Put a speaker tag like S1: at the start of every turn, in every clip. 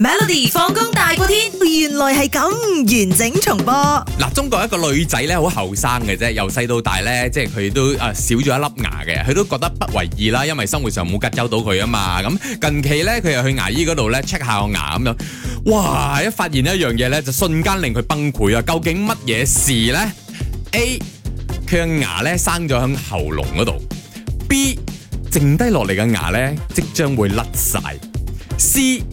S1: Melody 放工大過天，原來係咁完整重播。
S2: 嗱，中國一個女仔咧，好後生嘅啫，由細到大咧，即係佢都誒、呃少咗一粒牙嘅，佢都覺得不為意啦，因為生活上冇吉優到佢啊嘛。咁近期咧，佢又去牙醫嗰度咧 check 下個牙咁樣，哇！一發現一樣嘢咧，就瞬間令佢崩潰啊！究竟乜嘢事咧？A 佢嘅牙咧生咗喺喉嚨嗰度，B 剩低落嚟嘅牙咧即將會甩晒，C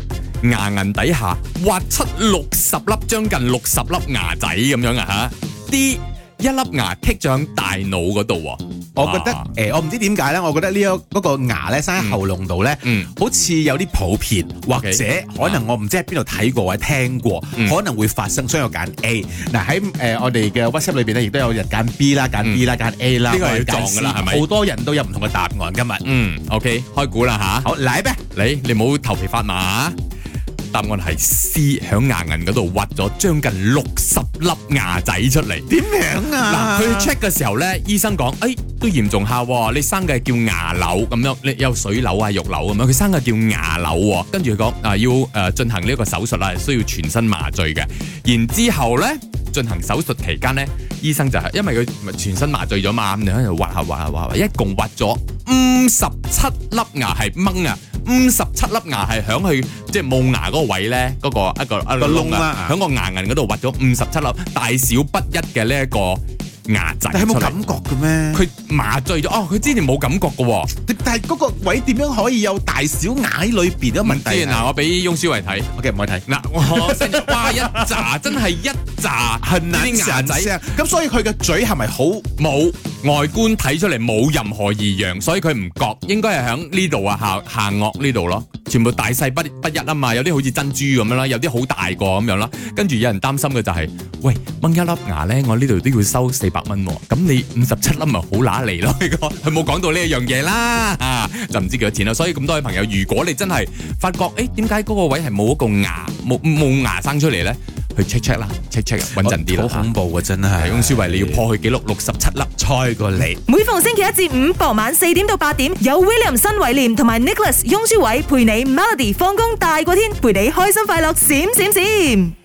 S2: 牙齦底下挖出六十粒，將近六十粒牙仔咁樣啊吓，D 一粒牙棘咗喺大腦嗰度喎，
S3: 我覺得誒、
S2: 啊
S3: 我唔知點解咧，我覺得呢、一嗰個牙咧生喺喉嚨度咧，
S2: 嗯
S3: 好似有啲普遍，或
S2: OK，
S3: 者可能我唔知喺邊度睇過或者聽過，
S2: 嗯
S3: 可能會發生，所以我揀 A。嗱喺誒我哋嘅 WhatsApp 裏邊咧，亦都有人揀 B 啦、揀 B 啦、揀 A 啦，
S2: 呢個係
S3: 或者揀
S2: 要撞㗎啦
S3: C，
S2: 係咪
S3: 好多人都有唔同嘅答案今日。
S2: 嗯，OK，開估啦吓。
S3: 好嚟咩？
S2: 你你唔好頭皮發麻啊！答案係 C，響牙齦嗰度挖咗將近六十粒牙仔出嚟。
S3: 點樣
S2: 嗱，
S3: 啊？
S2: 佢 check 嘅時候咧，醫生講：，誒、都嚴重下喎，你生嘅係叫牙瘤咁樣，你有水瘤啊、肉瘤咁樣，佢生嘅叫牙瘤喎。跟住佢講啊，要誒、呃、進行呢一個手術啦，需要全身麻醉嘅。然之後咧，進行手術期間咧，醫生就係、因為佢咪全身麻醉咗嘛，咁就喺度挖下挖下挖下，一共挖咗五十七粒牙係掹啊！五十七粒牙係響佢即係冇牙嗰個位咧，嗰、個一個一個
S3: 個窿
S2: 窿啊
S3: 啦，
S2: 響個牙齦嗰度挖咗五十七粒，大小不一嘅呢一個牙仔
S3: 但係
S2: 出
S3: 冇
S2: 嚟
S3: 感覺嘅咩？佢
S2: 佢麻醉咗，哦，佢之前冇感覺嘅喎。
S3: 但係嗰個位點樣可以有大小牙喺裏邊啊？問題
S2: 即係嗱，
S3: 係
S2: 我俾翁舒慧睇，
S3: ，OK 唔可以睇。
S2: 嗱，我真係哇一紮，真係一 紮，
S3: 很
S2: 呢
S3: 難
S2: 啲牙仔
S3: 想像咁所以佢嘅嘴係咪好？
S2: 冇外觀睇出嚟冇任何異樣，所以佢唔覺，應該係響呢度啊，下下顎呢度咯，全部大細不不一啊嘛，有啲好似珍珠咁樣啦，有啲好大個咁樣啦，跟住有人擔心嘅就係、喂掹一粒牙咧，我呢度都要收四百蚊喎，咁你五十七粒咪好揦嚟咯， 呢個佢冇講到呢一樣嘢啦，啊就唔知幾多錢啦，所以咁多位朋友，如果你真係發覺誒點解嗰個位係冇一個牙冇冇牙生出嚟咧，去 check check 啦，check check 穩陣啲啦
S3: 好恐怖啊！真係。
S2: 係翁舒慧，你要破佢記錄六十七粒。
S3: 猜過你。
S1: 每逢星期一至五傍晚四點到八點，有 William 新偉廉同埋 Nicholas 雍舒偉陪你 Melody 放工大過天，陪你開心快樂閃閃閃。